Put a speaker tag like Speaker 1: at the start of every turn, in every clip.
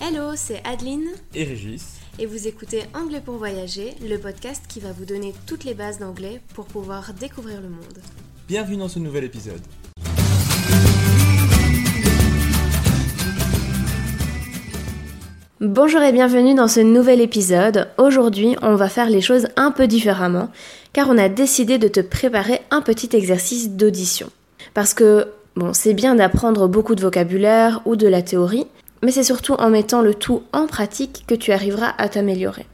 Speaker 1: Hello, c'est Adeline
Speaker 2: et Régis.
Speaker 1: et vous écoutez Anglais pour voyager, le podcast qui va vous donner toutes les bases d'anglais pour pouvoir découvrir le monde.
Speaker 2: Bienvenue dans ce nouvel épisode.
Speaker 1: Bonjour et bienvenue dans ce nouvel épisode. Aujourd'hui, on va faire les choses un peu différemment car on a décidé de te préparer un petit exercice d'audition. Parce que, bon, c'est bien d'apprendre beaucoup de vocabulaire ou de la théorie, mais c'est surtout en mettant le tout en pratique que tu arriveras à t'améliorer.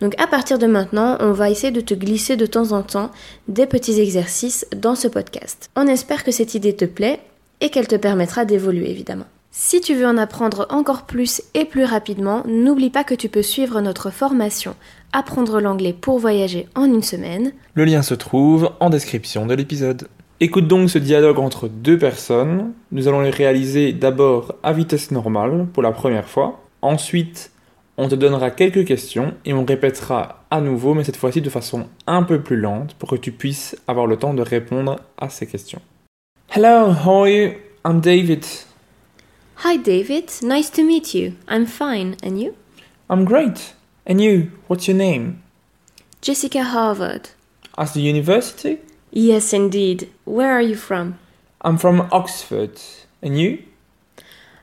Speaker 1: Donc à partir de maintenant, on va essayer de te glisser de temps en temps des petits exercices dans ce podcast. On espère que cette idée te plaît et qu'elle te permettra d'évoluer évidemment. Si tu veux en apprendre encore plus et plus rapidement, n'oublie pas que tu peux suivre notre formation Apprendre l'anglais pour voyager en une semaine.
Speaker 2: Le lien se trouve en description de l'épisode. Écoute donc ce dialogue entre deux personnes. Nous allons les réaliser d'abord à vitesse normale pour la première fois. Ensuite, on te donnera quelques questions et on répétera à nouveau, mais cette fois-ci de façon un peu plus lente pour que tu puisses avoir le temps de répondre à ces questions. Hello, how are you? I'm David.
Speaker 1: Hi David, nice to meet you. I'm fine, and you?
Speaker 2: I'm great. And you? What's your name?
Speaker 1: Jessica Harvard.
Speaker 2: At the university?
Speaker 1: Yes, indeed. Where are you from?
Speaker 2: I'm from Oxford. And you?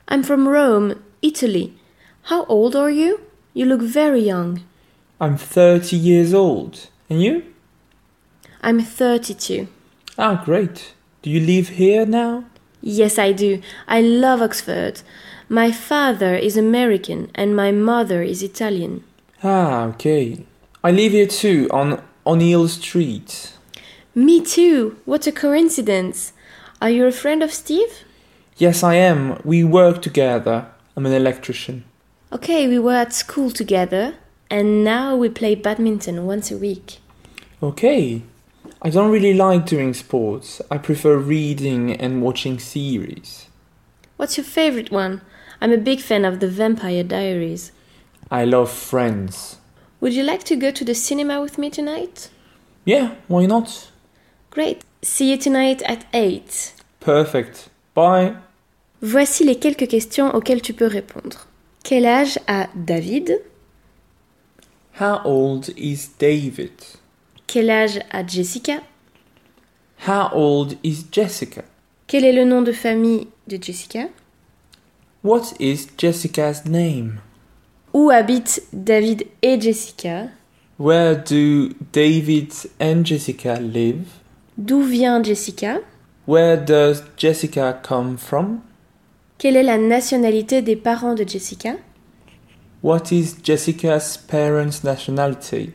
Speaker 1: I'm from Rome, Italy. How old are you? You look very young.
Speaker 2: I'm 30 years old. And you?
Speaker 1: I'm 32.
Speaker 2: Ah, great. Do you live here now?
Speaker 1: Yes, I do. I love Oxford. My father is American and my mother is Italian.
Speaker 2: Ah, okay. I live here too, on O'Neill Street.
Speaker 1: Me too. What a coincidence. Are you a friend of Steve?
Speaker 2: Yes, I am. We work together. I'm an electrician.
Speaker 1: Okay, we were at school together and now we play badminton once a week.
Speaker 2: Okay. I don't really like doing sports. I prefer reading and watching series.
Speaker 1: What's your favorite one? I'm a big fan of the Vampire Diaries.
Speaker 2: I love friends.
Speaker 1: Would you like to go to the cinema with me tonight?
Speaker 2: Yeah, why not?
Speaker 1: Great. See you tonight at 8.
Speaker 2: Perfect. Bye.
Speaker 1: Voici les quelques questions auxquelles tu peux répondre. Quel âge a David
Speaker 2: How old is David?
Speaker 1: Quel âge a Jessica
Speaker 2: How old is Jessica?
Speaker 1: Quel est le nom de famille de Jessica
Speaker 2: What is Jessica's name?
Speaker 1: Où habitent David et Jessica
Speaker 2: Where do David and Jessica live?
Speaker 1: D'où vient Jessica
Speaker 2: Where does Jessica come from?
Speaker 1: Quelle est la nationalité des parents de Jessica
Speaker 2: What is Jessica's parents' nationality?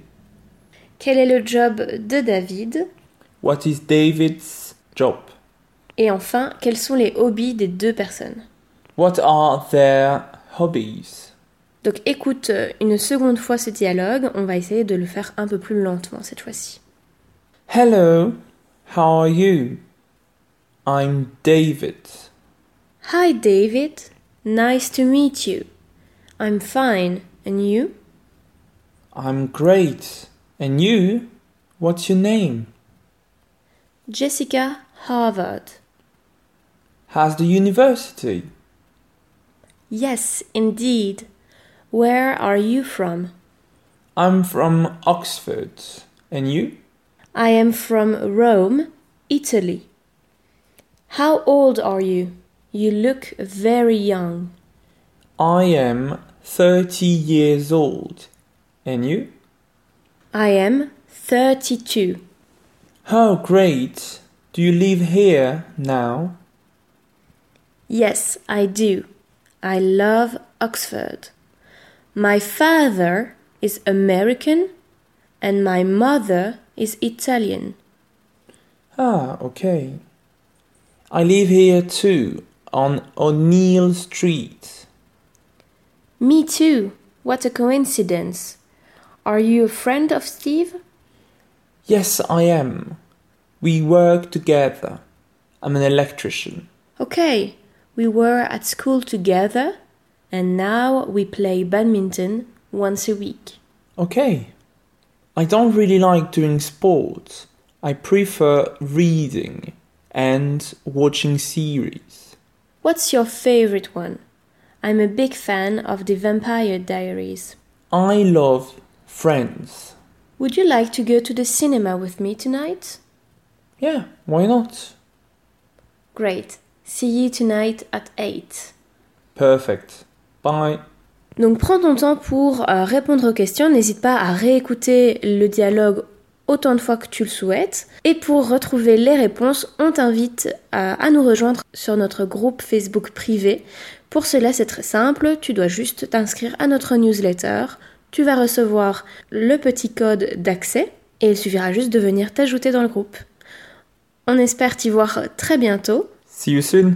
Speaker 1: Quel est le job de David
Speaker 2: What is David's job?
Speaker 1: Et enfin, quels sont les hobbies des deux personnes
Speaker 2: What are their hobbies?
Speaker 1: Donc écoute euh, une seconde fois ce dialogue, on va essayer de le faire un peu plus lentement cette fois-ci.
Speaker 2: Hello, how are you? I'm David.
Speaker 1: Hi David, nice to meet you. I'm fine, and you?
Speaker 2: I'm great. And you? What's your name?
Speaker 1: Jessica Harvard.
Speaker 2: How's the university?
Speaker 1: Yes, indeed. Where are you from?
Speaker 2: I'm from Oxford. And you?
Speaker 1: I am from Rome, Italy. How old are you? You look very young.
Speaker 2: I am 30 years old. And you?
Speaker 1: I am 32.
Speaker 2: Oh, great. Do you live here now?
Speaker 1: Yes, I do. I love Oxford. My father is American and my mother is Italian.
Speaker 2: Ah, okay. I live here too, on O'Neill Street.
Speaker 1: Me too. What a coincidence. Are you a friend of Steve?
Speaker 2: Yes, I am. We work together. I'm an electrician.
Speaker 1: Okay, we were at school together and now we play badminton once a week.
Speaker 2: Okay. I don't really like doing sports. I prefer reading and watching series.
Speaker 1: What's your favorite one? I'm a big fan of the Vampire Diaries.
Speaker 2: I love Friends.
Speaker 1: Would you like to go to the cinema with me tonight?
Speaker 2: Yeah, why not?
Speaker 1: Great. See you tonight at 8.
Speaker 2: Perfect. Bye.
Speaker 1: Donc prends ton temps pour euh, répondre aux questions, n'hésite pas à réécouter le dialogue autant de fois que tu le souhaites. Et pour retrouver les réponses, on t'invite euh, à, à nous rejoindre sur notre groupe Facebook privé. Pour cela, c'est très simple, tu dois juste t'inscrire à notre newsletter, tu vas recevoir le petit code d'accès et il suffira juste de venir t'ajouter dans le groupe. On espère t'y voir très bientôt.
Speaker 2: See you soon.